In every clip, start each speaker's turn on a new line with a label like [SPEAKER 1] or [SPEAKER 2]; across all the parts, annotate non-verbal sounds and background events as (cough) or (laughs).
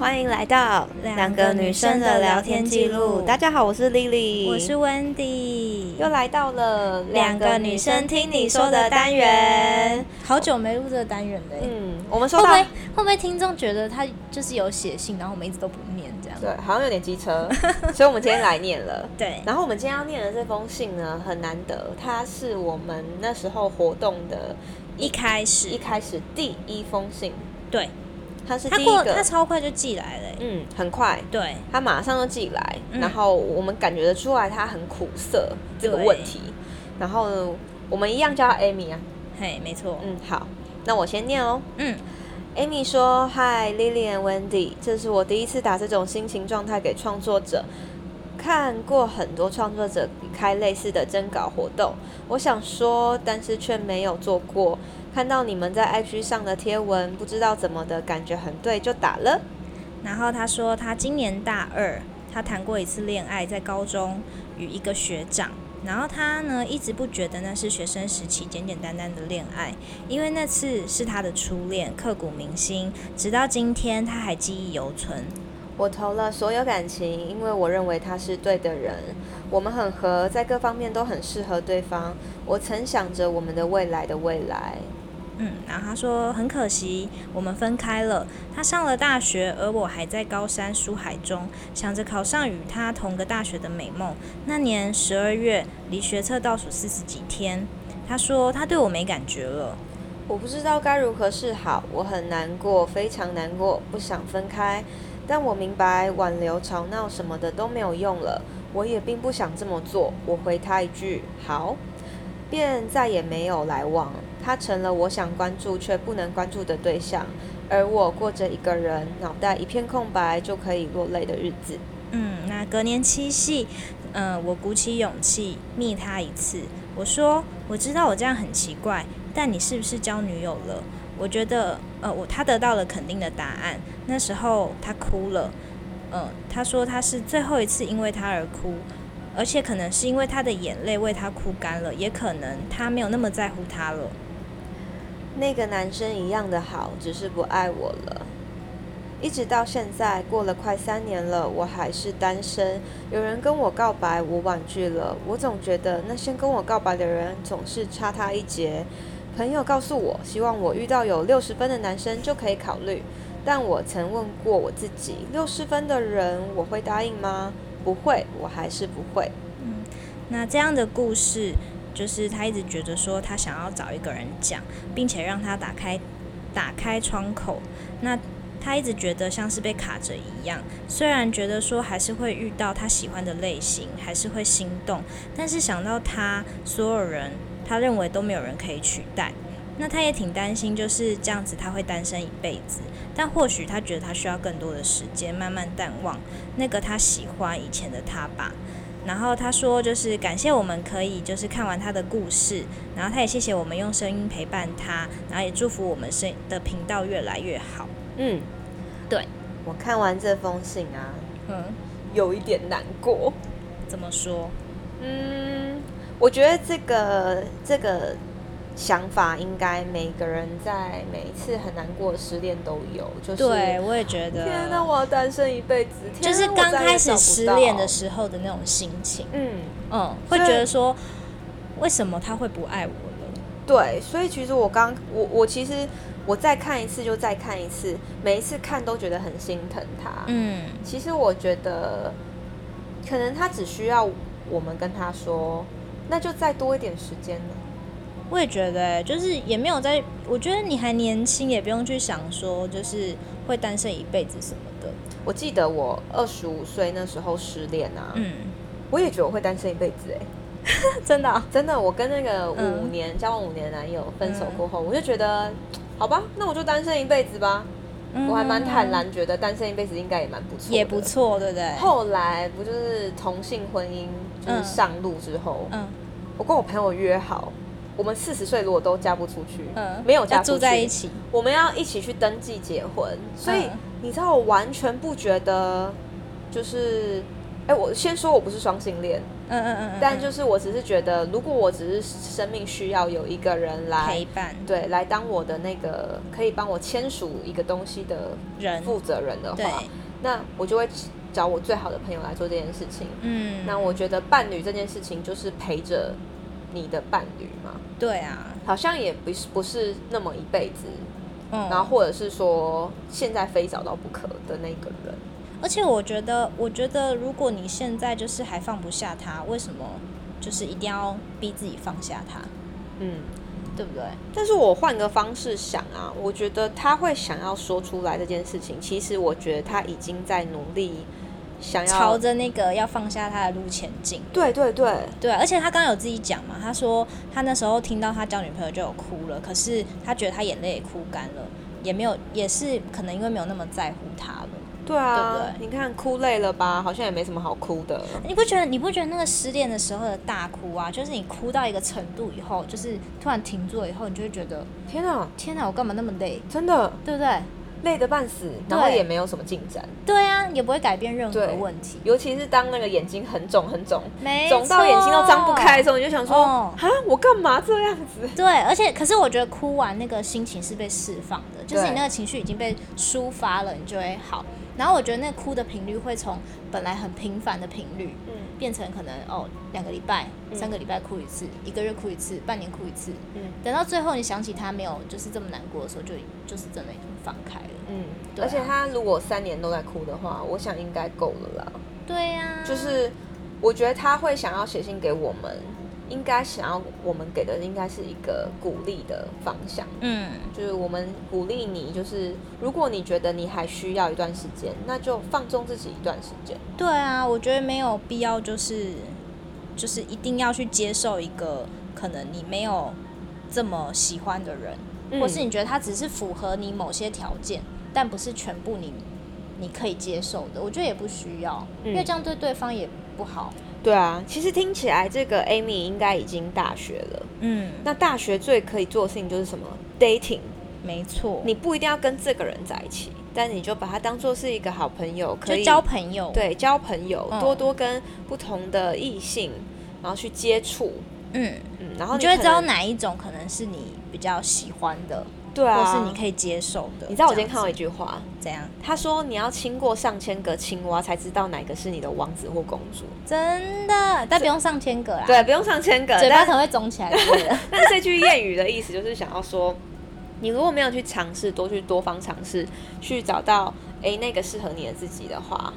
[SPEAKER 1] 欢迎来到两个女生的聊天记录。大家好，我是 Lily，
[SPEAKER 2] 我是 Wendy，
[SPEAKER 1] 又来到了
[SPEAKER 2] 两个女生听你说的单元。好久没录这个单元嘞、
[SPEAKER 1] 嗯，我们
[SPEAKER 2] 会
[SPEAKER 1] 收
[SPEAKER 2] 不
[SPEAKER 1] 到
[SPEAKER 2] 会会不会听众觉得他就是有写信，然后我们一直都不念这样？
[SPEAKER 1] 对，好像有点机
[SPEAKER 2] (laughs)
[SPEAKER 1] 车，所以我们今天来念了。
[SPEAKER 2] 对
[SPEAKER 1] 然后我们今天要念的这封信呢，很难得，它是我们那时候活动的
[SPEAKER 2] 一开
[SPEAKER 1] 一
[SPEAKER 2] 始
[SPEAKER 1] 开始第一封信，
[SPEAKER 2] 对，
[SPEAKER 1] 它是
[SPEAKER 2] 他
[SPEAKER 1] 第一
[SPEAKER 2] 过他
[SPEAKER 1] 个，
[SPEAKER 2] 超快就寄来了、欸
[SPEAKER 1] 嗯，很快，
[SPEAKER 2] 对，
[SPEAKER 1] 他马上就寄来，
[SPEAKER 2] 嗯
[SPEAKER 1] 然后我们感觉得出来他很苦涩这个
[SPEAKER 2] 对
[SPEAKER 1] 问题，然后呢，我们一样叫他 Amy 啊，
[SPEAKER 2] 嘿，没错，
[SPEAKER 1] 嗯，好，那我先念哦。
[SPEAKER 2] 嗯
[SPEAKER 1] Amy 说：“Hi Lily and Wendy，这是我第一次打这种心情状态给创作者。看过很多创作者开类似的征稿活动，我想说，但是却没有做过。看到你们在 IG 上的贴文，不知道怎么的感觉很对，就打了。
[SPEAKER 2] 然后他说他今年大二，他谈过一次恋爱，在高中与一个学长。然后他呢一直不觉得那是学生时期简简单单的恋爱，因为那次是他的初恋，刻骨铭心，直到今天他还记忆犹存。
[SPEAKER 1] 我投了所有感情，因为我认为他是对的人，我们很合，在各方面都很适合对方。我曾想着我们的未来的未来。”
[SPEAKER 2] 嗯，然后他说很可惜，我们分开了。他上了大学，而我还在高山书海中，想着考上与他同个大学的美梦。那年十二月，离学测倒数四十几天。他说他对我没感觉了。
[SPEAKER 1] 我不知道该如何是好，我很难过，非常难过，不想分开。但我明白挽留、吵闹什么的都没有用了，我也并不想这么做。我回他一句“好”，便再也没有来往。他成了我想关注却不能关注的对象，而我过着一个人脑袋一片空白就可以落泪的日子。
[SPEAKER 2] 嗯，那隔年七夕，嗯，我鼓起勇气密他一次，我说我知道我这样很奇怪，但你是不是交女友了？我觉得，呃，我他得到了肯定的答案。那时候他哭了，嗯，他说他是最后一次因为他而哭，而且可能是因为他的眼泪为他哭干了，也可能他没有那么在乎他了。
[SPEAKER 1] 那个男生一样的好，只是不爱我了。一直到现在，过了快三年了，我还是单身。有人跟我告白，我婉拒了。我总觉得那些跟我告白的人总是差他一截。朋友告诉我，希望我遇到有六十分的男生就可以考虑。但我曾问过我自己，六十分的人我会答应吗？不会，我还是不会。
[SPEAKER 2] 嗯那这样的故事，就是他一直觉得说他想要找一个人讲，并且让他打开打开窗口。那他一直觉得像是被卡着一样，虽然觉得说还是会遇到他喜欢的类型，还是会心动，但是想到他所有人，他认为都没有人可以取代。那他也挺担心，就是这样子他会单身一辈子。但或许他觉得他需要更多的时间，慢慢淡忘那个他喜欢以前的他吧。然后他说，就是感谢我们可以就是看完他的故事，然后他也谢谢我们用声音陪伴他，然后也祝福我们声的频道越来越好。
[SPEAKER 1] 嗯，
[SPEAKER 2] 对，
[SPEAKER 1] 我看完这封信啊，
[SPEAKER 2] 嗯，
[SPEAKER 1] 有一点难过。
[SPEAKER 2] 怎么说？
[SPEAKER 1] 嗯，我觉得这个这个想法应该每个人在每一次很难过的失恋都有，就是
[SPEAKER 2] 对，我也觉得，
[SPEAKER 1] 天哪，我要单身一辈子，
[SPEAKER 2] 就
[SPEAKER 1] 天啊
[SPEAKER 2] 是
[SPEAKER 1] 哪
[SPEAKER 2] 刚开始失恋
[SPEAKER 1] 我再
[SPEAKER 2] 的，
[SPEAKER 1] 也找
[SPEAKER 2] 时候的那种心情
[SPEAKER 1] 不，到嗯，
[SPEAKER 2] 嗯，
[SPEAKER 1] 所
[SPEAKER 2] 会
[SPEAKER 1] 以
[SPEAKER 2] 觉得说，为什么他会不爱我了？
[SPEAKER 1] 对，所以其实我刚我我其实我再看一次就再看一次，每一次看都觉得很心疼他，
[SPEAKER 2] 嗯，
[SPEAKER 1] 其实我觉得，可能他只需要我们跟他说，那就再多一点时间呢。
[SPEAKER 2] 我也觉得、欸就是也没有在，我觉得你还年轻，也不用去想说就是会单身一辈子什么的，
[SPEAKER 1] 我记得我二十五岁那时候失恋啊，
[SPEAKER 2] 嗯，
[SPEAKER 1] 我也觉得我会单身一辈子哎、
[SPEAKER 2] (laughs) 真的、啊
[SPEAKER 1] 真的，我跟那个
[SPEAKER 2] 嗯
[SPEAKER 1] 五年、交往五年的男友分手过后，我就觉得，好吧，那我就单身一辈子吧。
[SPEAKER 2] 嗯
[SPEAKER 1] 我还蛮坦然，觉得单身一辈子应该也蛮不错，
[SPEAKER 2] 也不。错，对不对？
[SPEAKER 1] 后来不就是同性婚姻就是
[SPEAKER 2] 嗯
[SPEAKER 1] 上路之后，
[SPEAKER 2] 嗯
[SPEAKER 1] 我跟我朋友约好，我们四十岁如果都嫁不出去，
[SPEAKER 2] 嗯，
[SPEAKER 1] 没有嫁
[SPEAKER 2] 要
[SPEAKER 1] 出去
[SPEAKER 2] 住在一起，
[SPEAKER 1] 我们要一起去登记结婚，所以
[SPEAKER 2] 嗯
[SPEAKER 1] 你知道我完全不觉得，就是，哎、我先说我不是双性恋，
[SPEAKER 2] 嗯嗯嗯嗯，
[SPEAKER 1] 但
[SPEAKER 2] 嗯
[SPEAKER 1] 就是我只是觉得，如果我只是生命需要有一个人来
[SPEAKER 2] 陪，伴
[SPEAKER 1] 对，来当我的那个可以帮我签署一个东西的
[SPEAKER 2] 人，
[SPEAKER 1] 负责人的
[SPEAKER 2] 对，
[SPEAKER 1] 话，那我就会找我最好的朋友来做这件事情。
[SPEAKER 2] 嗯，
[SPEAKER 1] 那我觉得伴侣这件事情就是陪着你的伴侣嘛，
[SPEAKER 2] 对啊，
[SPEAKER 1] 好像也不是不是那么一辈子，
[SPEAKER 2] 嗯，
[SPEAKER 1] 然后或者是说现在非找到不可的那个人，
[SPEAKER 2] 而且我觉得，我觉得如果你现在就是还放不下他，为什么就是一定要逼自己放下他，
[SPEAKER 1] 嗯。
[SPEAKER 2] 对不对？
[SPEAKER 1] 但是我换个方式想啊，我觉得他会想要说出来这件事情，其实我觉得他已经在努力想要
[SPEAKER 2] 朝着那个要放下他的路前进。
[SPEAKER 1] 对对对，
[SPEAKER 2] 对啊，而且他刚刚有自己讲嘛，他说他那时候听到他交女朋友就有哭了，可是他觉得他眼泪也哭干了，也没有，也是可能因为没有那么在乎他了。
[SPEAKER 1] 对啊，
[SPEAKER 2] 对不对
[SPEAKER 1] 你看哭累了吧，好像也没什么好哭的。
[SPEAKER 2] 你不觉得你不觉得那个失恋的时候的大哭啊，就是你哭到一个程度以后，就是突然停住了以后，你就会觉得
[SPEAKER 1] 天啊，
[SPEAKER 2] 天哪，我干嘛那么累，
[SPEAKER 1] 真的
[SPEAKER 2] 对不对？
[SPEAKER 1] 累得半死，然后
[SPEAKER 2] 对
[SPEAKER 1] 也没有什么进展，
[SPEAKER 2] 对啊，也不会改变任何
[SPEAKER 1] 对
[SPEAKER 2] 问题，
[SPEAKER 1] 尤其是当那个眼睛很肿很肿，
[SPEAKER 2] 没
[SPEAKER 1] 肿到眼睛都张不开的时
[SPEAKER 2] 错。
[SPEAKER 1] 候，你就想说
[SPEAKER 2] 哦
[SPEAKER 1] 啊、我干嘛这样子？
[SPEAKER 2] 对，而且可是我觉得哭完那个心情是被释放的，就是你那个情绪已经被抒发了，你就会好。然后我觉得那个哭的频率会从本来很频繁的频率，
[SPEAKER 1] 嗯
[SPEAKER 2] 变成可能哦两个礼拜、
[SPEAKER 1] 嗯
[SPEAKER 2] 三个礼拜哭一次，一个月哭一次，半年哭一次。
[SPEAKER 1] 嗯
[SPEAKER 2] 等到最后你想起他没有就是这么难过的时候，就就是真的已经放开了。
[SPEAKER 1] 嗯，
[SPEAKER 2] 对啊
[SPEAKER 1] 而且他如果三年都在哭的话，我想应该够了啦。
[SPEAKER 2] 对啊呀、
[SPEAKER 1] 就是我觉得他会想要写信给我们，应该想要我们给的应该是一个鼓励的方向，
[SPEAKER 2] 嗯，
[SPEAKER 1] 就是我们鼓励你，就是如果你觉得你还需要一段时间，那就放纵自己一段时间。
[SPEAKER 2] 对啊，我觉得没有必要，就是就是一定要去接受一个可能你没有这么喜欢的人，或是你觉得他只是符合你某些条件，但不是全部你你可以接受的。我觉得也不需要，
[SPEAKER 1] 嗯
[SPEAKER 2] 因为这样对对方也不好。
[SPEAKER 1] 对啊，其实听起来这个 Amy 应该已经大学了。
[SPEAKER 2] 嗯，
[SPEAKER 1] 那大学最可以做的事情就是什么？dating。
[SPEAKER 2] 没错，
[SPEAKER 1] 你不一定要跟这个人在一起，但你就把他当做是一个好朋友，可
[SPEAKER 2] 就
[SPEAKER 1] 以
[SPEAKER 2] 交朋友。，
[SPEAKER 1] 对，交朋友，
[SPEAKER 2] 哦嗯
[SPEAKER 1] 多多跟不同的异性，然后去接触，
[SPEAKER 2] 嗯，
[SPEAKER 1] 嗯，然后
[SPEAKER 2] 你就会
[SPEAKER 1] 可
[SPEAKER 2] 知道
[SPEAKER 1] 能
[SPEAKER 2] 哪一种可能是你比较喜欢的，
[SPEAKER 1] 对啊，
[SPEAKER 2] 或是你可以接受的。
[SPEAKER 1] 你知道我今天看
[SPEAKER 2] 这
[SPEAKER 1] 到
[SPEAKER 2] 样
[SPEAKER 1] 一句话，
[SPEAKER 2] 子怎样？
[SPEAKER 1] 他说你要亲过上千个青蛙，才知道哪个是你的王子或公主。
[SPEAKER 2] 真的，但不用上千个啦。
[SPEAKER 1] 对，不用上千个，
[SPEAKER 2] 啊嘴巴
[SPEAKER 1] 但
[SPEAKER 2] 可能会肿起来之类
[SPEAKER 1] (laughs)
[SPEAKER 2] 的。
[SPEAKER 1] 但这句谚语的意思就是想要说，你如果没有去尝试，多去多方尝试，去找到诶那个适合你的自己的话，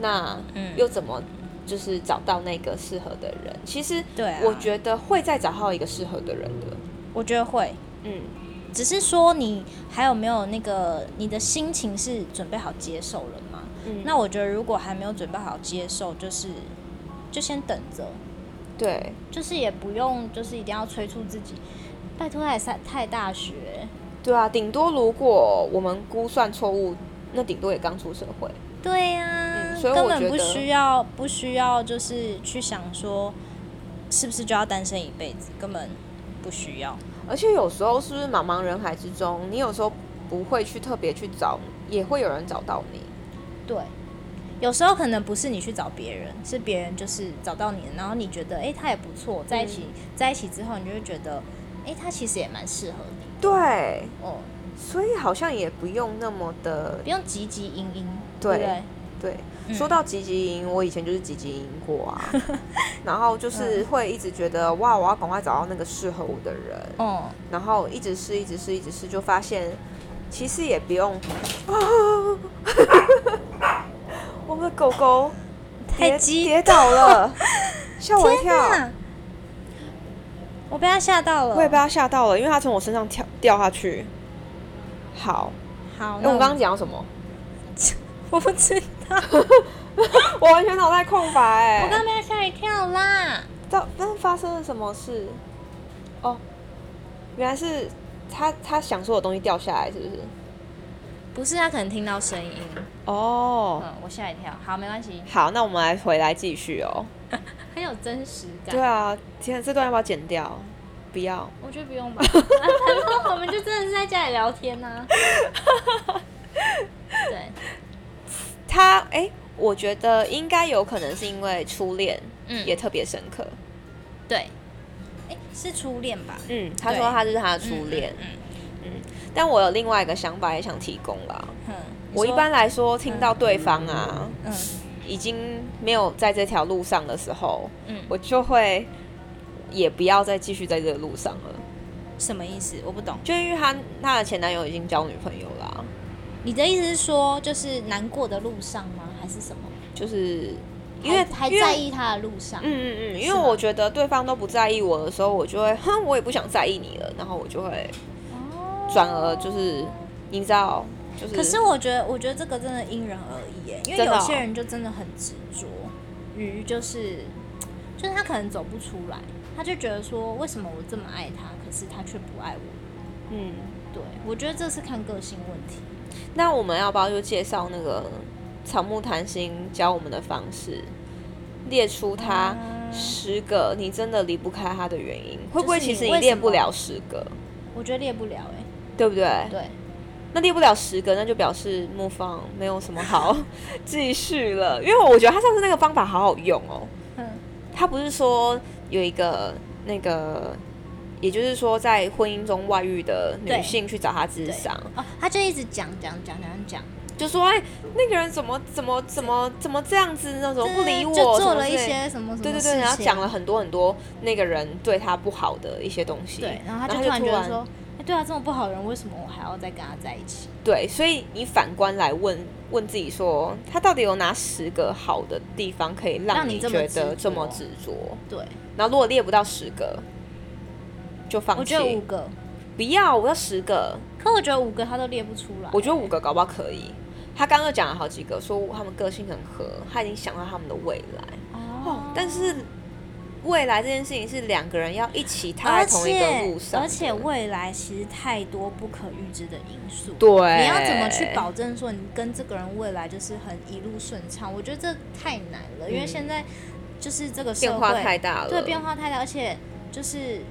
[SPEAKER 1] 那
[SPEAKER 2] 嗯
[SPEAKER 1] 又怎么就是找到那个适合的人？其实
[SPEAKER 2] 对啊
[SPEAKER 1] 我觉得会再找到一个适合的人的。
[SPEAKER 2] 我觉得会，
[SPEAKER 1] 嗯，
[SPEAKER 2] 只是说你还有没有那个你的心情是准备好接受了吗？
[SPEAKER 1] 嗯
[SPEAKER 2] 那我觉得如果还没有准备好接受，就是就先等着，
[SPEAKER 1] 对，
[SPEAKER 2] 就是也不用就是一定要催促自己。拜托，他也太太大学，
[SPEAKER 1] 对啊，顶多如果我们估算错误，那顶多也刚出社会。
[SPEAKER 2] 对呀、
[SPEAKER 1] 嗯所以
[SPEAKER 2] 根
[SPEAKER 1] 我
[SPEAKER 2] 本
[SPEAKER 1] 觉
[SPEAKER 2] 不
[SPEAKER 1] 得
[SPEAKER 2] 需要不需要就是去想说是不是就要单身一辈子，根本不需要。
[SPEAKER 1] 而且有时候是不是茫茫人海之中，你有时候不会去特别去找，也会有人找到你。
[SPEAKER 2] 对，有时候可能不是你去找别人，是别人就是找到你，然后你觉得诶，他也不
[SPEAKER 1] 嗯
[SPEAKER 2] 错，在一起、在一起之后，你就会觉得诶，他其实也蛮适合你
[SPEAKER 1] 对，
[SPEAKER 2] 哦，
[SPEAKER 1] 所以好像也不用那么的
[SPEAKER 2] 不用急急营营，
[SPEAKER 1] 对
[SPEAKER 2] 不对？
[SPEAKER 1] 对。
[SPEAKER 2] 嗯
[SPEAKER 1] 说到积极营，我以前就是积极营过 (laughs) 啊，然后就是会一直觉得哇，我要赶快找到那个适合我的人，
[SPEAKER 2] 哦，
[SPEAKER 1] 然后一直试，一直试，一直试，就发现其实也不用。啊我们的狗狗
[SPEAKER 2] 太
[SPEAKER 1] 跌
[SPEAKER 2] 激，
[SPEAKER 1] 跌倒
[SPEAKER 2] (laughs)
[SPEAKER 1] 了，吓我一跳，
[SPEAKER 2] 啊我被他吓到了。
[SPEAKER 1] 我也被它吓到了，因为它从我身上跳掉下去。好，
[SPEAKER 2] 好，
[SPEAKER 1] 哎、
[SPEAKER 2] 那
[SPEAKER 1] 我刚刚讲到什么？
[SPEAKER 2] (laughs) 我不知道，
[SPEAKER 1] 我完全脑袋空白哎、
[SPEAKER 2] 我刚被他吓一跳啦。
[SPEAKER 1] 到那发生了什么事？哦，原来是他他想说的东西掉下来，是不是？
[SPEAKER 2] 不是，他可能听到声音，
[SPEAKER 1] 哦，
[SPEAKER 2] 嗯，我吓一跳。好，没关系，
[SPEAKER 1] 好，那我们来回来继续哦。
[SPEAKER 2] 很有真实感。
[SPEAKER 1] 对啊，天啊，这段要不要剪掉？不要。
[SPEAKER 2] 我觉得不用吧， (laughs) 反正我们就真的是在家里聊天啊
[SPEAKER 1] (laughs)
[SPEAKER 2] 呐、对，
[SPEAKER 1] 他哎、我觉得应该有可能是因为初恋，
[SPEAKER 2] 嗯
[SPEAKER 1] 也特别深刻。
[SPEAKER 2] 对，哎，是初恋吧？
[SPEAKER 1] 嗯，他
[SPEAKER 2] 对
[SPEAKER 1] 说他就是他的初恋，
[SPEAKER 2] 嗯
[SPEAKER 1] 但我有另外一个想法也想提供啦。
[SPEAKER 2] 嗯，你
[SPEAKER 1] 我一
[SPEAKER 2] 说
[SPEAKER 1] 般来说听到对方啊
[SPEAKER 2] 嗯
[SPEAKER 1] 已经没有在这条路上的时候，
[SPEAKER 2] 嗯，
[SPEAKER 1] 我就会也不要再继续在这个路上了，
[SPEAKER 2] 什么意思？我不懂。
[SPEAKER 1] 就因为她她的前男友已经交女朋友啦、
[SPEAKER 2] 你的意思是说，就是难过的路上吗？还是什么？
[SPEAKER 1] 就是因为
[SPEAKER 2] 还还
[SPEAKER 1] 因为
[SPEAKER 2] 在意他的路上。
[SPEAKER 1] 嗯嗯嗯，因
[SPEAKER 2] 是啊
[SPEAKER 1] 为
[SPEAKER 2] 吗
[SPEAKER 1] 我觉得对方都不在意我的时候，我就会哼，我也不想在意你了，然后我就会
[SPEAKER 2] 哦
[SPEAKER 1] 转而就是你知道，就是
[SPEAKER 2] 可是我觉得，我觉得这个真的因人而异耶，因为
[SPEAKER 1] 真的哦
[SPEAKER 2] 有些人就真的很执着于，就是就是他可能走不出来，他就觉得说，为什么我这么爱他，可是他却不爱我？
[SPEAKER 1] 嗯，
[SPEAKER 2] 对，我觉得这是看个性问题。
[SPEAKER 1] 那我们要不要就介绍那个草木谈心教我们的方式，列出他
[SPEAKER 2] 嗯
[SPEAKER 1] 十个你真的离不开他的原因，会不会
[SPEAKER 2] 就
[SPEAKER 1] 其
[SPEAKER 2] 是你
[SPEAKER 1] 实你
[SPEAKER 2] 为
[SPEAKER 1] 列
[SPEAKER 2] 什
[SPEAKER 1] 不
[SPEAKER 2] 么
[SPEAKER 1] 了十个，
[SPEAKER 2] 我觉得列不了哎，
[SPEAKER 1] 对不对？
[SPEAKER 2] 对，
[SPEAKER 1] 那列不了十个，那就表示木方没有什么好 (laughs) 继续了，因为我觉得他上次那个方法好好用哦。
[SPEAKER 2] 嗯
[SPEAKER 1] 他不是说有一个那个，也就是说在婚姻中外遇的女
[SPEAKER 2] 对
[SPEAKER 1] 性去找他智
[SPEAKER 2] 对
[SPEAKER 1] 商，
[SPEAKER 2] 哦，他就一直讲讲讲讲讲，
[SPEAKER 1] 就说哎，那个人怎么怎么怎么怎么这样子呢？怎么不理我？
[SPEAKER 2] 就
[SPEAKER 1] 什么
[SPEAKER 2] 做了
[SPEAKER 1] 之
[SPEAKER 2] 一
[SPEAKER 1] 类
[SPEAKER 2] 些什么什么
[SPEAKER 1] 对对
[SPEAKER 2] 事
[SPEAKER 1] 对，
[SPEAKER 2] 情
[SPEAKER 1] 然后讲了很多很多那个人对他不好的一些东西，
[SPEAKER 2] 对，然后
[SPEAKER 1] 后
[SPEAKER 2] 他就
[SPEAKER 1] 就
[SPEAKER 2] 突然觉得说，哎，对啊，这么不好的人，为什么我还要再跟他在一起？
[SPEAKER 1] 对，所以你反观来问问自己说，他到底有哪十个好的地方可以
[SPEAKER 2] 让
[SPEAKER 1] 你
[SPEAKER 2] 你这
[SPEAKER 1] 觉
[SPEAKER 2] 么
[SPEAKER 1] 得
[SPEAKER 2] 执着
[SPEAKER 1] 这么执着？
[SPEAKER 2] 对，
[SPEAKER 1] 然后如果列不到十个，就放弃。
[SPEAKER 2] 我觉得五个，
[SPEAKER 1] 不要，我要十个。
[SPEAKER 2] 可我觉得五个他都列不出来。
[SPEAKER 1] 我觉得五个搞不好可以。他刚刚讲了好几个，说他们个性很合，他已经想到他们的未来。哦
[SPEAKER 2] 哦，
[SPEAKER 1] 但是未来这件事情是两个人要一起踏在
[SPEAKER 2] 而
[SPEAKER 1] 同一个路
[SPEAKER 2] 且
[SPEAKER 1] 上的
[SPEAKER 2] 而且未来其实太多不可预知的因素，
[SPEAKER 1] 对，
[SPEAKER 2] 你要怎么去？保证说你跟这个人未来就是很一路顺畅？我觉得这太难了，因为
[SPEAKER 1] 嗯
[SPEAKER 2] 现在就是这个社
[SPEAKER 1] 变
[SPEAKER 2] 会
[SPEAKER 1] 化太大了，
[SPEAKER 2] 对变化太大，而且就是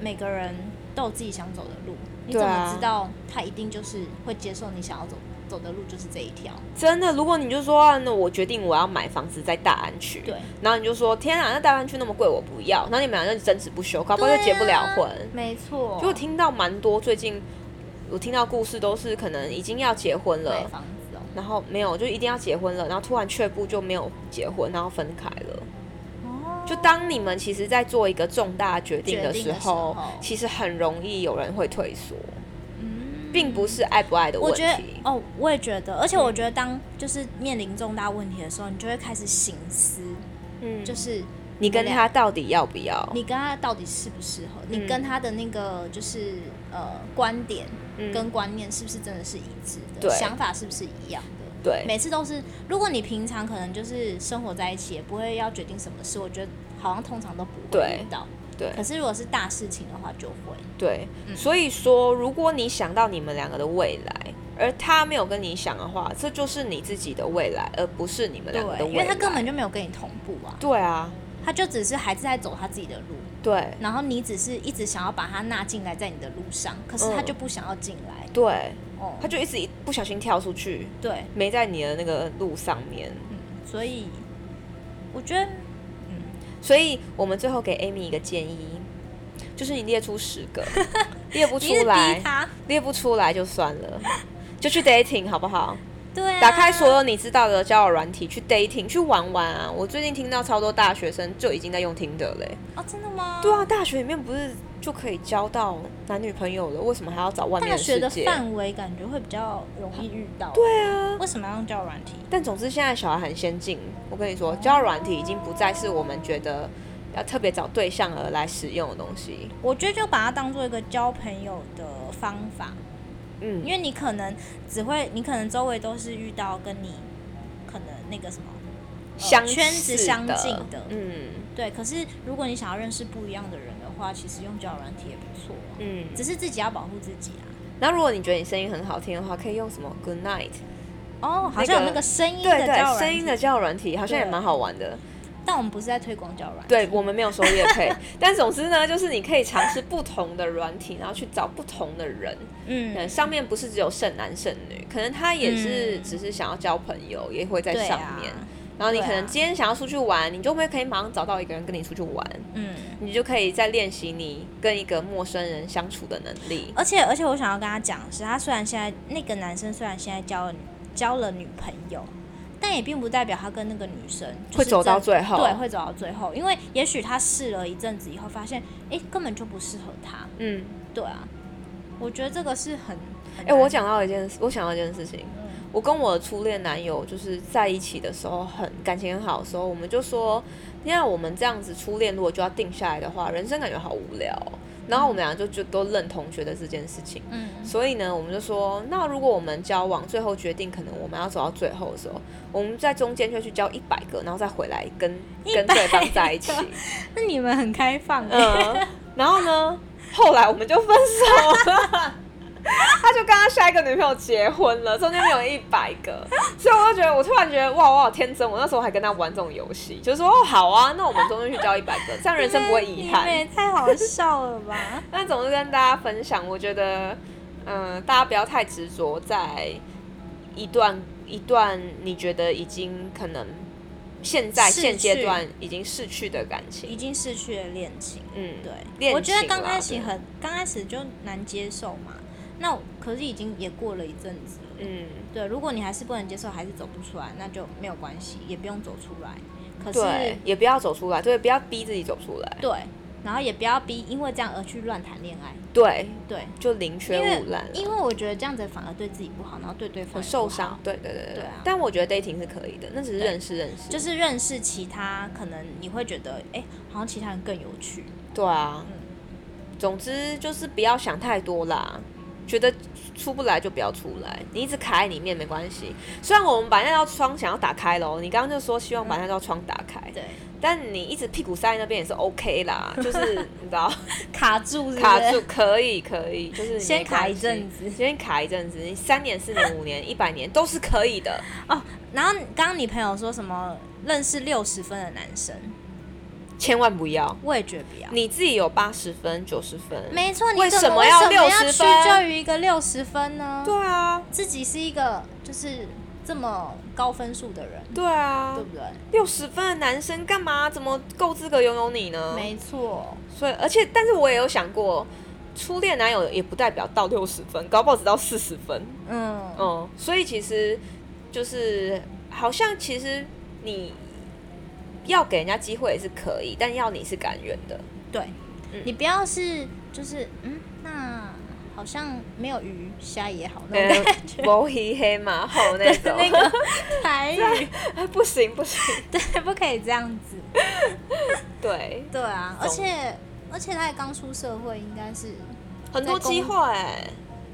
[SPEAKER 2] 每个人都有自己想走的路，你怎
[SPEAKER 1] 对啊
[SPEAKER 2] 么知道他一定就是会接受你想要走走的路就是这一条？
[SPEAKER 1] 真的。如果你就说、啊那我决定我要买房子在大安区，
[SPEAKER 2] 对，
[SPEAKER 1] 然后你就说天啊，那大安区那么贵，我不要。然后你们俩就争执不休，搞不好
[SPEAKER 2] 对
[SPEAKER 1] 就结不了
[SPEAKER 2] 啊
[SPEAKER 1] 婚。
[SPEAKER 2] 没啊错，
[SPEAKER 1] 就我听到蛮多最近我听到故事都是可能已经要结婚
[SPEAKER 2] 买
[SPEAKER 1] 了，
[SPEAKER 2] 房子哦，
[SPEAKER 1] 然后没有就一定要结婚了，然后突然却步就没有结婚，然后分开了。
[SPEAKER 2] 哦
[SPEAKER 1] 就当你们其实在做一个重大决定的时
[SPEAKER 2] 决定的时
[SPEAKER 1] 候
[SPEAKER 2] 候，
[SPEAKER 1] 其实很容易有人会退缩，
[SPEAKER 2] 嗯
[SPEAKER 1] 并不是爱不爱的
[SPEAKER 2] 我
[SPEAKER 1] 问
[SPEAKER 2] 觉得
[SPEAKER 1] 题。
[SPEAKER 2] 哦，我也觉得，而且我觉得当就是面临重大问题的时候，你就会开始醒思，
[SPEAKER 1] 嗯，
[SPEAKER 2] 就是是
[SPEAKER 1] 你跟
[SPEAKER 2] 们
[SPEAKER 1] 他
[SPEAKER 2] 俩，
[SPEAKER 1] 到底要不要？
[SPEAKER 2] 你跟他到底适不适合，你跟他的那个就是呃观点
[SPEAKER 1] 嗯
[SPEAKER 2] 跟观念是不是真的是一致
[SPEAKER 1] 对
[SPEAKER 2] 的，想法是不是一样的。
[SPEAKER 1] 对
[SPEAKER 2] 每次都是，如果你平常可能就是生活在一起，也不会要决定什么事，我觉得好像通常都不会
[SPEAKER 1] 对
[SPEAKER 2] 遇到。
[SPEAKER 1] 对
[SPEAKER 2] 可是如果是大事情的话，就会。
[SPEAKER 1] 对，所以说，如果你想到你们两个的未来，而他没有跟你想的话，这就是你自己的未来，而不是你们两个的
[SPEAKER 2] 对，
[SPEAKER 1] 未
[SPEAKER 2] 因
[SPEAKER 1] 啊来。
[SPEAKER 2] 为他根本就没有跟你同步啊，
[SPEAKER 1] 对啊，
[SPEAKER 2] 他就只是还是在走他自己的路。
[SPEAKER 1] 对
[SPEAKER 2] 然后你只是一直想要把它纳进来在你的路上，可是他就不想要进来。
[SPEAKER 1] 对，
[SPEAKER 2] 哦、
[SPEAKER 1] 嗯他就一直一不小心跳出去，
[SPEAKER 2] 对，
[SPEAKER 1] 没在你的那个路上面。
[SPEAKER 2] 嗯所以我觉得
[SPEAKER 1] 所以我们最后给 Amy 一个建议，就是你列出十
[SPEAKER 2] (laughs)
[SPEAKER 1] 个，列不出
[SPEAKER 2] 你一直逼
[SPEAKER 1] 来，
[SPEAKER 2] 他，
[SPEAKER 1] 列不出来就算了，就去 dating 好不好？
[SPEAKER 2] 对、啊，
[SPEAKER 1] 打开所有你知道的交友软体去 dating 去玩玩啊！我最近听到超多大学生就已经在用听的嘞。
[SPEAKER 2] 哦，真的吗？
[SPEAKER 1] 对啊，大学里面不是就可以交到男女朋友了？为什么还要找外面
[SPEAKER 2] 大学
[SPEAKER 1] 世
[SPEAKER 2] 的
[SPEAKER 1] 界？
[SPEAKER 2] 范围感觉会比较容易遇到。对啊，为什么要用交友软体？
[SPEAKER 1] 但总之现在小孩很先进，我跟你
[SPEAKER 2] 哦
[SPEAKER 1] 说，交友软体已经不再是我们觉得要特别找对象而来使用的东西。
[SPEAKER 2] 我觉得就把它当做一个交朋友的方法，
[SPEAKER 1] 嗯，
[SPEAKER 2] 因为你可能只会，你可能周围都是遇到跟你可能那个什么。呃
[SPEAKER 1] 相
[SPEAKER 2] 圈子
[SPEAKER 1] 似
[SPEAKER 2] 相
[SPEAKER 1] 的
[SPEAKER 2] 近的
[SPEAKER 1] 嗯
[SPEAKER 2] 对，可是如果你想要认识不一样的人的话，其实用交友软体也不错、啊。
[SPEAKER 1] 嗯。
[SPEAKER 2] 只是自己要保护自己啊。
[SPEAKER 1] 那如果你觉得你声音很好听的话，可以用什么 Good Night？
[SPEAKER 2] 哦，好像有那个声音
[SPEAKER 1] 对
[SPEAKER 2] 的交友
[SPEAKER 1] 对，
[SPEAKER 2] 软
[SPEAKER 1] 声音
[SPEAKER 2] 体
[SPEAKER 1] 的交友软体好像也
[SPEAKER 2] 对
[SPEAKER 1] 蛮好玩的。
[SPEAKER 2] 但我们不是在推广交友软体，
[SPEAKER 1] 对我们没有
[SPEAKER 2] (laughs)
[SPEAKER 1] 收乐配，但总之呢，就是你可以尝试不同的软体，然后去找不同的人。嗯，
[SPEAKER 2] 嗯，
[SPEAKER 1] 上面不是只有剩男剩女，可能他也是
[SPEAKER 2] 嗯
[SPEAKER 1] 只是想要交朋友，也会在
[SPEAKER 2] 对
[SPEAKER 1] 上
[SPEAKER 2] 啊
[SPEAKER 1] 面。然后你
[SPEAKER 2] 对啊
[SPEAKER 1] 可能今天想要出去玩，你就会可以马上找到一个人跟你出去玩，
[SPEAKER 2] 嗯，
[SPEAKER 1] 你就可以再练习你跟一个陌生人相处的能力。
[SPEAKER 2] 而且而且我想要跟他讲的是，他虽然现在那个男生虽然现在交了女交了女朋友，但也并不代表他跟那个女生、就是
[SPEAKER 1] 会走到
[SPEAKER 2] 真
[SPEAKER 1] 最后
[SPEAKER 2] 对，会走到最后，因为也许他试了一阵子以后，发现哎、诶根本就不适合他，
[SPEAKER 1] 嗯，
[SPEAKER 2] 对啊，我觉得这个是很，哎
[SPEAKER 1] 哎、我，讲到一件事，我想到一件事情，
[SPEAKER 2] 嗯
[SPEAKER 1] 我跟我的初恋男友就是在一起的时候很感情很好的时候，我们就说，那我们这样子初恋如果就要定下来的话，人生感觉好无聊哦、然后我们俩就就都认同觉得这件事情，
[SPEAKER 2] 嗯，
[SPEAKER 1] 所以呢，我们就说，那如果我们交往最后决定可能我们要走到最后的时候，我们在中间就去交一百个，然后再回来跟跟对方在一起。
[SPEAKER 2] 那你们很开放、欸，
[SPEAKER 1] 嗯，然后呢，后来我们就分手了。他就跟他下一个女朋友结婚了，中间没有一百个，所以我就觉得，我突然觉得，哇，我好天真！我那时候还跟他玩这种游戏，就说，哦，好啊，那我们中间去交一百个，这样人生不会遗憾
[SPEAKER 2] (laughs) 你。们也太好笑了吧？
[SPEAKER 1] 那总是跟大家分享，我觉得，嗯、大家不要太执着在一段一段你觉得已经可能现在
[SPEAKER 2] 逝
[SPEAKER 1] 现阶
[SPEAKER 2] 去
[SPEAKER 1] 段已经逝去的感
[SPEAKER 2] 已
[SPEAKER 1] 情，
[SPEAKER 2] 经逝去了恋情，
[SPEAKER 1] 嗯，
[SPEAKER 2] 对，
[SPEAKER 1] 恋
[SPEAKER 2] 我觉得
[SPEAKER 1] 情
[SPEAKER 2] 刚
[SPEAKER 1] 啦
[SPEAKER 2] 开始
[SPEAKER 1] 对
[SPEAKER 2] 很刚开始就难接受嘛。那我可是已经也过了一阵子了，
[SPEAKER 1] 嗯，
[SPEAKER 2] 对，如果你还是不能接受，还是走不出来，那就没有关系，也不用走出来。可是
[SPEAKER 1] 对，也不要走出来，对，不要逼自己走出来，
[SPEAKER 2] 对然后也不要逼，因为这样而去乱谈恋爱，
[SPEAKER 1] 对，
[SPEAKER 2] 对，
[SPEAKER 1] 就宁缺
[SPEAKER 2] 因为
[SPEAKER 1] 毋滥了。
[SPEAKER 2] 因为我觉得这样子反而对自己不好，然后对对方
[SPEAKER 1] 很
[SPEAKER 2] 也
[SPEAKER 1] 受
[SPEAKER 2] 不好
[SPEAKER 1] 伤，对对对
[SPEAKER 2] 对啊
[SPEAKER 1] 但我觉得 dating 是可以的，那只是
[SPEAKER 2] 对
[SPEAKER 1] 认识认识，
[SPEAKER 2] 就是认识其他，可能你会觉得，哎、好像其他人更有趣。
[SPEAKER 1] 对啊。
[SPEAKER 2] 嗯
[SPEAKER 1] 总之就是不要想太多啦，觉得出不来就不要出来，你一直卡在里面没关系。虽然我们把那道窗想要打开喽，你刚刚就说希望把那道窗打开，
[SPEAKER 2] 嗯对，
[SPEAKER 1] 但你一直屁股塞在那边也是 OK
[SPEAKER 2] (laughs)
[SPEAKER 1] 啦，就是你知道
[SPEAKER 2] 卡住是不是
[SPEAKER 1] 卡住，可以可以，就是
[SPEAKER 2] 先
[SPEAKER 1] 没关
[SPEAKER 2] 卡一
[SPEAKER 1] 系
[SPEAKER 2] 阵子
[SPEAKER 1] 先卡一阵子，你三年、四年、五
[SPEAKER 2] (laughs)
[SPEAKER 1] 年、一百年都是可以的。
[SPEAKER 2] 哦。然后刚刚你朋友说什么认识六十分的男生，
[SPEAKER 1] 千万不要，
[SPEAKER 2] 我也觉得不要。
[SPEAKER 1] 你自己有八十分、九十分，
[SPEAKER 2] 没错，你
[SPEAKER 1] 为
[SPEAKER 2] 怎
[SPEAKER 1] 什
[SPEAKER 2] 么
[SPEAKER 1] 么
[SPEAKER 2] 为
[SPEAKER 1] 要
[SPEAKER 2] 什么要
[SPEAKER 1] 60
[SPEAKER 2] 屈
[SPEAKER 1] 分
[SPEAKER 2] 就于一个六十分呢？
[SPEAKER 1] 对啊，
[SPEAKER 2] 自己是一个就是这么高分数的人，
[SPEAKER 1] 对啊
[SPEAKER 2] 对，不对？
[SPEAKER 1] 六十分的男生干嘛？怎么够资格拥有你呢？
[SPEAKER 2] 没错，
[SPEAKER 1] 所以，而且，但是我也有想过，初恋男友也不代表到六十分，搞不好只到四十分。
[SPEAKER 2] 嗯，
[SPEAKER 1] 嗯，所以其实就是好像其实你要给人家机会也是可以，但要你是甘愿
[SPEAKER 2] (laughs)
[SPEAKER 1] 的。
[SPEAKER 2] 对，
[SPEAKER 1] 嗯
[SPEAKER 2] 你不要是就是嗯，那好像没有鱼虾也好那
[SPEAKER 1] 呃
[SPEAKER 2] 种感
[SPEAKER 1] (laughs)
[SPEAKER 2] 觉，
[SPEAKER 1] 摸黑黑马后那
[SPEAKER 2] (laughs)
[SPEAKER 1] (laughs) 种，
[SPEAKER 2] 那个台语
[SPEAKER 1] (laughs) 不行不行，
[SPEAKER 2] 对，不可以这样子。
[SPEAKER 1] 对，
[SPEAKER 2] 对啊，而
[SPEAKER 1] 懂
[SPEAKER 2] 且而且他也刚出社会，应该是
[SPEAKER 1] 很多
[SPEAKER 2] 在公
[SPEAKER 1] 机会、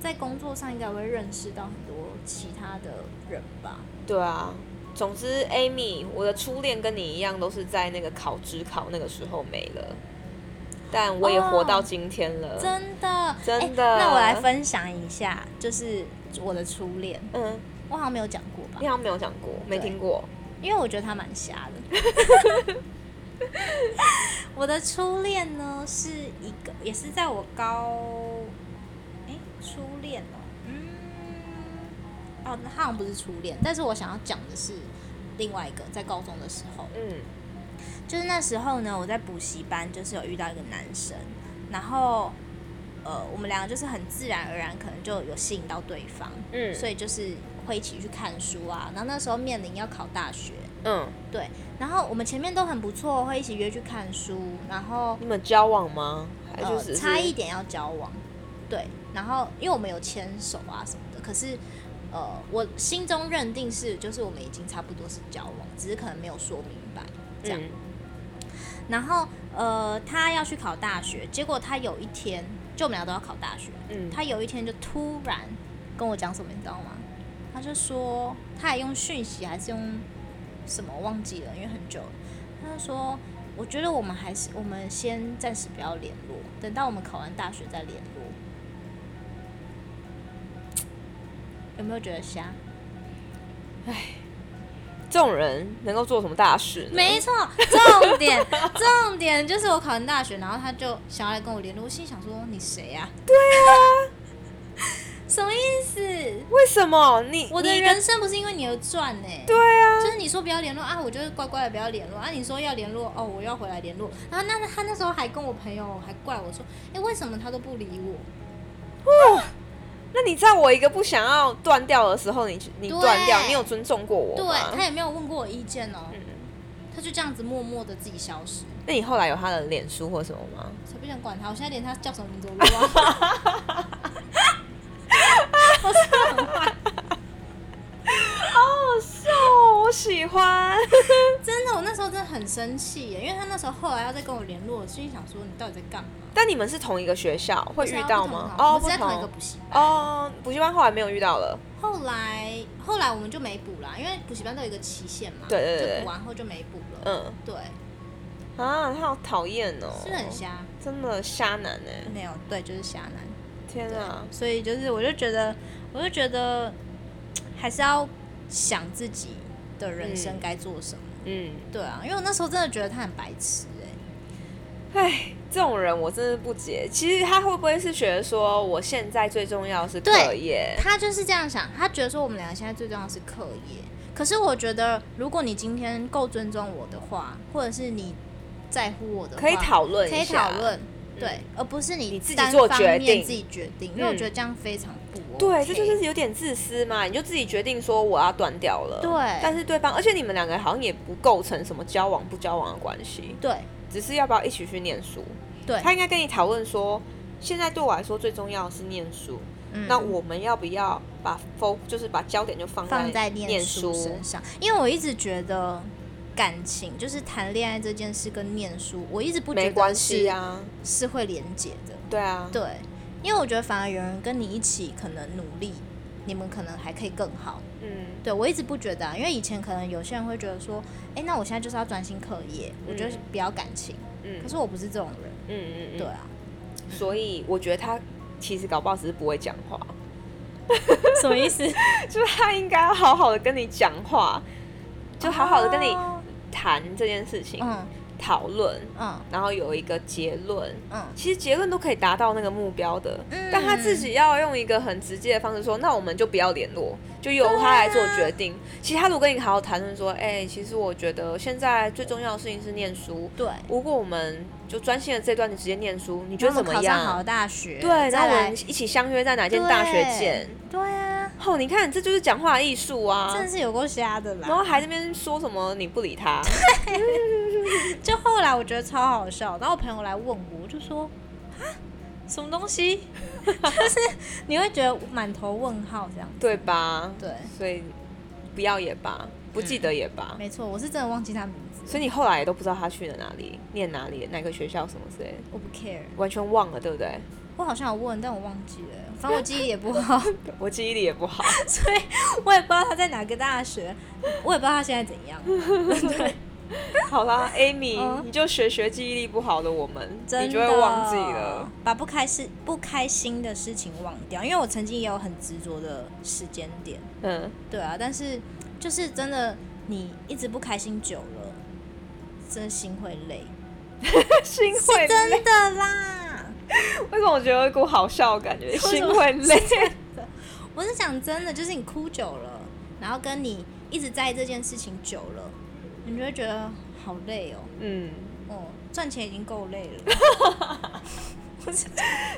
[SPEAKER 2] 在工作上应该会认识到很多其他的人吧。
[SPEAKER 1] 对啊。总之，Amy，我的初恋跟你一样，都是在那个考职考那个时候没了，但我也活到今天了。
[SPEAKER 2] 哦真的，
[SPEAKER 1] 呃真
[SPEAKER 2] 诶
[SPEAKER 1] 的
[SPEAKER 2] 那我来分享一下，就是我的初恋，
[SPEAKER 1] 嗯，
[SPEAKER 2] 我好像没有讲过吧
[SPEAKER 1] 你，好像没有讲过，没
[SPEAKER 2] 对
[SPEAKER 1] 听过。
[SPEAKER 2] 因为我觉得他蛮瞎的。
[SPEAKER 1] (laughs)
[SPEAKER 2] 我的初恋呢是一个，也是在我高，哎、初恋哦，嗯，哦，那他好像不是初恋，但是我想要讲的是另外一个，在高中的时候，
[SPEAKER 1] 嗯
[SPEAKER 2] 就是那时候呢，我在补习班，就是有遇到一个男生，然后呃，我们两个就是很自然而然，可能就有吸引到对方，
[SPEAKER 1] 嗯，
[SPEAKER 2] 所
[SPEAKER 1] 以
[SPEAKER 2] 以就是会一起去看书啊。然后那时候面临要考大学，
[SPEAKER 1] 嗯，
[SPEAKER 2] 对，然后我们前面都很不错，会一起约去看书，然后
[SPEAKER 1] 你们交往吗？还是
[SPEAKER 2] 呃
[SPEAKER 1] 只是
[SPEAKER 2] 差一点要交往，对，然后因为我们有牵手啊什么的，可是。呃，我心中认定是，就是我们已经差不多是交往，只是可能没有说明白这样。
[SPEAKER 1] 嗯
[SPEAKER 2] 然后呃，他要去考大学，结果他有一天，就我们俩都要考大学，
[SPEAKER 1] 嗯，
[SPEAKER 2] 他有一天就突然跟我讲什么，你知道吗？他就说，他还用讯息还是用什么我忘记了，因为很久了。他就说，我觉得我们还是我们先暂时不要联络，等到我们考完大学再联络。有没有觉得瞎？
[SPEAKER 1] 这种人能够做什么大事呢？
[SPEAKER 2] (laughs) 没错，重点重点就是我考完大学，然后他就 (laughs) 想要来跟我联络，我心里想说你谁呀、对啊，什么意思？是，
[SPEAKER 1] 为什么你
[SPEAKER 2] 我的
[SPEAKER 1] 你
[SPEAKER 2] 人生不是因为你而转呢、
[SPEAKER 1] 对啊，
[SPEAKER 2] 就是你说不要联络啊，我就是乖乖的不要联络啊。你说要联络哦，我要回来联络。然后那他那时候还跟我朋友还怪我说，哎、为什么他都不理我？
[SPEAKER 1] 那你在我一个不想要断掉的时候，你你
[SPEAKER 2] 对
[SPEAKER 1] 断掉，你有尊重过我
[SPEAKER 2] 对
[SPEAKER 1] 吗？
[SPEAKER 2] 他也没有问过我意见哦、
[SPEAKER 1] 嗯
[SPEAKER 2] 他就这样子默默的自己消失，
[SPEAKER 1] 那你后来有他的脸书或什么吗？
[SPEAKER 2] 才不想管他。我现在连他叫什么名字我都忘了。我是不是很坏，
[SPEAKER 1] 好笑哦，我喜欢。 (laughs)
[SPEAKER 2] 真的，我那时候真的很生气耶，因为他那时候后来要再跟我联络，我心里想说你到底在干嘛？
[SPEAKER 1] 但你们是同一个学校，会遇到吗？
[SPEAKER 2] 哦，
[SPEAKER 1] 哦，
[SPEAKER 2] 我
[SPEAKER 1] 不
[SPEAKER 2] 们是在同一个
[SPEAKER 1] 同
[SPEAKER 2] 补习班。
[SPEAKER 1] 哦，补习班后来没有遇到了。
[SPEAKER 2] 后来后来我们就没补啦，因为补习班都有一个期限嘛，
[SPEAKER 1] 对对对对
[SPEAKER 2] 就补完后就没补了。
[SPEAKER 1] 嗯
[SPEAKER 2] 对，
[SPEAKER 1] 啊，他好讨厌哦，
[SPEAKER 2] 是很瞎，嗯
[SPEAKER 1] 真的瞎男哎、
[SPEAKER 2] 没有对，就是瞎男。
[SPEAKER 1] 天啊！
[SPEAKER 2] 所以就是我就觉得，我就觉得还是要想自己的人生
[SPEAKER 1] 嗯
[SPEAKER 2] 该做什么。
[SPEAKER 1] 嗯，
[SPEAKER 2] 对啊，因为我那时候真的觉得他很白痴哎、
[SPEAKER 1] 唉，这种人我真的不解。其实他会不会是觉得说，我现在最重要的是课
[SPEAKER 2] 对
[SPEAKER 1] 业？
[SPEAKER 2] 他就是这样想，他觉得说我们两个现在最重要的是课业。可是我觉得，如果你今天够尊重我的话，或者是你在乎我的话，
[SPEAKER 1] 可以讨论，嗯
[SPEAKER 2] 可以讨。论，对，而不是你
[SPEAKER 1] 你自己
[SPEAKER 2] 单
[SPEAKER 1] 做
[SPEAKER 2] 方
[SPEAKER 1] 决
[SPEAKER 2] 面
[SPEAKER 1] 定嗯
[SPEAKER 2] 自己决定，因为我觉得这样非常不 OK、
[SPEAKER 1] 对，这就是有点自私嘛，你就自己决定说我要断掉了。
[SPEAKER 2] 对
[SPEAKER 1] 但是对方，而且你们两个好像也不构成什么交往不交往的关系，
[SPEAKER 2] 对
[SPEAKER 1] 只是要不要一起去念书。
[SPEAKER 2] 对，
[SPEAKER 1] 他应该跟你讨论说，现在对我来说最重要的是念书，
[SPEAKER 2] 嗯
[SPEAKER 1] 那我们要不要把 fo 就是把焦点就放
[SPEAKER 2] 放在
[SPEAKER 1] 念
[SPEAKER 2] 书身上，因为我一直觉得感情就是谈恋爱这件事跟念书，我一直不觉
[SPEAKER 1] 没
[SPEAKER 2] 得
[SPEAKER 1] 关
[SPEAKER 2] 是、
[SPEAKER 1] 系啊，
[SPEAKER 2] 是会连结的，
[SPEAKER 1] 对啊，
[SPEAKER 2] 对，因为我觉得反而有人跟你一起可能努力，你们可能还可以更好。
[SPEAKER 1] 嗯，
[SPEAKER 2] 对我一直不觉得、啊，因为以前可能有些人会觉得说，哎，那我现在就是要专心课业，我就是
[SPEAKER 1] 嗯
[SPEAKER 2] 不要感情。
[SPEAKER 1] 嗯
[SPEAKER 2] 可是我不是这种人，
[SPEAKER 1] 嗯嗯嗯，
[SPEAKER 2] 对啊，
[SPEAKER 1] 所以我觉得他其实搞不好只是不会讲话， (laughs)
[SPEAKER 2] 什么意思？
[SPEAKER 1] 就是他应该要好好的跟你讲话， (laughs) 就好好的跟你
[SPEAKER 2] 哦
[SPEAKER 1] 谈这件事情，
[SPEAKER 2] 嗯
[SPEAKER 1] 讨论，
[SPEAKER 2] 嗯
[SPEAKER 1] 然后有一个结论。
[SPEAKER 2] 嗯，
[SPEAKER 1] 其实结论都可以达到那个目标的，
[SPEAKER 2] 嗯
[SPEAKER 1] 但他自己要用一个很直接的方式说，那我们就不要联络，就由他来做决定。其实他如果跟你好好谈论说，哎、其实我觉得现在最重要的事情是念书，
[SPEAKER 2] 对。
[SPEAKER 1] 如果我们就专心的这段时间念书，你觉
[SPEAKER 2] 然
[SPEAKER 1] 得
[SPEAKER 2] 后
[SPEAKER 1] 怎么
[SPEAKER 2] 我们考上好
[SPEAKER 1] 样
[SPEAKER 2] 的？大学，
[SPEAKER 1] 对，然
[SPEAKER 2] 再
[SPEAKER 1] 后我
[SPEAKER 2] 来
[SPEAKER 1] 们一起相约在哪间大学
[SPEAKER 2] 对
[SPEAKER 1] 见？
[SPEAKER 2] 对啊，
[SPEAKER 1] 哦，你看这就是讲话的艺术啊
[SPEAKER 2] 真。的是有啊够瞎的
[SPEAKER 1] 然
[SPEAKER 2] 啦。
[SPEAKER 1] 后还在那边说什么你不理他，
[SPEAKER 2] 就后来我觉得超好笑，然后我朋友来问我，我就说啊，什么东西？ (laughs) 就是你会觉得满头问号这样。
[SPEAKER 1] 对吧？
[SPEAKER 2] 对，
[SPEAKER 1] 所以不要也罢，不记得也罢。
[SPEAKER 2] 没错，我是真的忘记他名字，
[SPEAKER 1] 所以你后来也都不知道他去了哪里，念哪里，哪个学校什么之类的，
[SPEAKER 2] 我不 care。
[SPEAKER 1] 完全忘了，对不对？
[SPEAKER 2] 我好像有问，但我忘记了，反正我记忆也不好， (laughs)
[SPEAKER 1] 我记忆力也不好。
[SPEAKER 2] 所以我也不知道他在哪个大学，我也不知道他现在怎
[SPEAKER 1] (laughs)
[SPEAKER 2] 样。对。
[SPEAKER 1] 好啦，Amy，、
[SPEAKER 2] 嗯
[SPEAKER 1] 你就学学记忆力不好的我们，
[SPEAKER 2] 真的
[SPEAKER 1] 你就会忘记了。，
[SPEAKER 2] 把不开事、不开心的事情忘掉。因为我曾经也有很执着的时间点， (laughs)
[SPEAKER 1] 嗯，
[SPEAKER 2] 对啊，但是就是真的，你一直不开心久了，真的心会
[SPEAKER 1] (laughs)
[SPEAKER 2] 累，
[SPEAKER 1] 心会累。
[SPEAKER 2] 真的啦。
[SPEAKER 1] 为什么我觉得有一股好笑的感觉？
[SPEAKER 2] 什么
[SPEAKER 1] 心会累。
[SPEAKER 2] (laughs) 我是讲真的，就是你哭久了，然后跟你一直在意这件事情久了，你就会觉得好累哦。
[SPEAKER 1] 嗯，
[SPEAKER 2] 哦，赚钱已经够累了，
[SPEAKER 1] 啊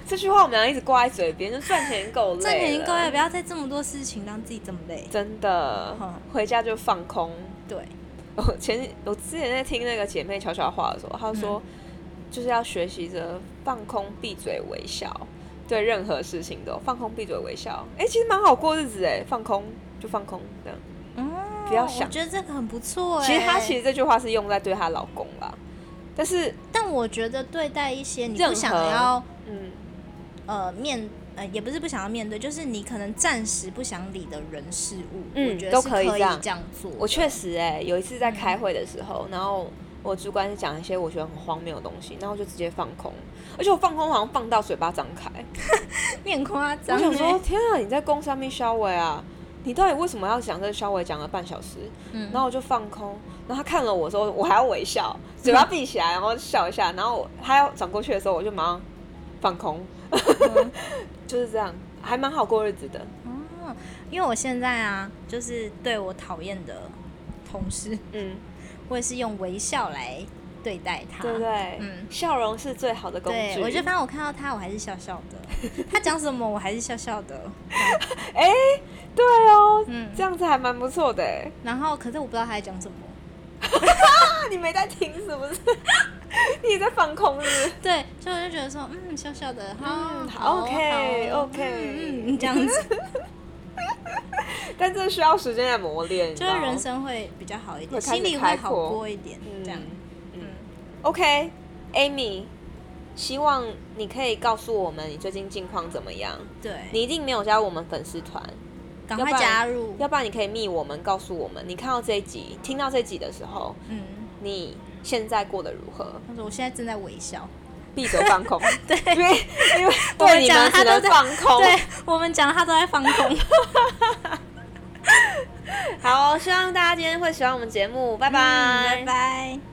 [SPEAKER 1] 这句话我们俩一直挂在嘴边，就赚钱够累了，
[SPEAKER 2] 赚钱已经够累了，不要再这么多事情让自己这么累。
[SPEAKER 1] 真的
[SPEAKER 2] 嗯，
[SPEAKER 1] 回家就放空。
[SPEAKER 2] 对，
[SPEAKER 1] (laughs) 我哦前我之前在听那个姐妹悄悄话的时候，她说、就是要学习着放空、闭嘴、微笑，对任何事情都放空、闭嘴、微笑。哎、其实蛮好过日子哎，放空就放空这样。
[SPEAKER 2] 嗯，
[SPEAKER 1] 不要
[SPEAKER 2] 我
[SPEAKER 1] 想
[SPEAKER 2] 觉得这个很不错哎、
[SPEAKER 1] 其实她其实这句话是用在对她老公啦，但是
[SPEAKER 2] 但我觉得对待一些你
[SPEAKER 1] 任
[SPEAKER 2] 不想
[SPEAKER 1] 何
[SPEAKER 2] 要
[SPEAKER 1] 嗯
[SPEAKER 2] 呃面呃也不是不想要面对，就是你可能暂时不想理的人事物，
[SPEAKER 1] 嗯
[SPEAKER 2] 我觉
[SPEAKER 1] 都
[SPEAKER 2] 得是
[SPEAKER 1] 可以
[SPEAKER 2] 以
[SPEAKER 1] 这样
[SPEAKER 2] 这样做的。
[SPEAKER 1] 我确实哎、有一次在开会的时候，然后我主管讲一些我觉得很荒谬的东西，然后我就直接放空，而且我放空好像放到嘴巴张开，
[SPEAKER 2] 你很夸张
[SPEAKER 1] 我
[SPEAKER 2] 欸，
[SPEAKER 1] 想说天啊，你在公上面消委啊，你到底为什么要讲这个消委讲了半小时？
[SPEAKER 2] 嗯，
[SPEAKER 1] 然后我就放空，然后他看了我说我还要微笑，
[SPEAKER 2] 嗯
[SPEAKER 1] 嘴巴闭起来，然后笑一下，然后我他要转过去的时候，我就马 (laughs)
[SPEAKER 2] 嗯
[SPEAKER 1] 上放空，就是这样，还蛮好过日子的。
[SPEAKER 2] 哦，因为我现在啊，就是对我讨厌的同事，
[SPEAKER 1] 嗯，
[SPEAKER 2] 我也是用微笑来对待他，
[SPEAKER 1] 对不对？
[SPEAKER 2] 嗯，
[SPEAKER 1] 笑容是最好的工
[SPEAKER 2] 对
[SPEAKER 1] 具。
[SPEAKER 2] 我就发现我看到他，我还是笑笑
[SPEAKER 1] (laughs)
[SPEAKER 2] 的，他讲什么我还是笑笑的，
[SPEAKER 1] 对哦，
[SPEAKER 2] 嗯，
[SPEAKER 1] 这样子还蛮不错的哎。
[SPEAKER 2] 然后可是我不知道他在讲什么，
[SPEAKER 1] 那啊你没在听是不是？ (laughs) 你也在放空是不是？
[SPEAKER 2] 对，所以我就觉得说，嗯，笑笑的，好
[SPEAKER 1] 嗯
[SPEAKER 2] 好
[SPEAKER 1] ，OK，
[SPEAKER 2] 好
[SPEAKER 1] OK
[SPEAKER 2] 嗯嗯，这样子，
[SPEAKER 1] 但这需要时间来磨练，你知
[SPEAKER 2] 就
[SPEAKER 1] 道
[SPEAKER 2] 是
[SPEAKER 1] 吗
[SPEAKER 2] 人生会比较好一点，
[SPEAKER 1] 会开始
[SPEAKER 2] 心里
[SPEAKER 1] 开
[SPEAKER 2] 会
[SPEAKER 1] 阔
[SPEAKER 2] 好过一点，这样，
[SPEAKER 1] 嗯
[SPEAKER 2] 嗯，
[SPEAKER 1] OK，Amy，希望你可以告诉我们你最近近况怎么样。
[SPEAKER 2] 对，
[SPEAKER 1] 你一定没有加入我们粉丝团，
[SPEAKER 2] 赶
[SPEAKER 1] 要
[SPEAKER 2] 快
[SPEAKER 1] 不然
[SPEAKER 2] 加入，
[SPEAKER 1] 要不然你可以密我们，告诉我们你看到这一集、听到这一集的时候，
[SPEAKER 2] 嗯。
[SPEAKER 1] 你现在过得如
[SPEAKER 2] (laughs)
[SPEAKER 1] 何？
[SPEAKER 2] 他说我现在正在微笑。
[SPEAKER 1] 闭嘴放空，对，因为因为
[SPEAKER 2] 我
[SPEAKER 1] 对
[SPEAKER 2] 们
[SPEAKER 1] 你
[SPEAKER 2] 讲
[SPEAKER 1] 们
[SPEAKER 2] 他
[SPEAKER 1] 只
[SPEAKER 2] 都
[SPEAKER 1] 能
[SPEAKER 2] 在
[SPEAKER 1] 放空。
[SPEAKER 2] 对我们讲他都在放空。
[SPEAKER 1] (laughs) 好，希望大家今天会喜欢我们节目，拜
[SPEAKER 2] 嗯
[SPEAKER 1] 拜
[SPEAKER 2] 拜。拜。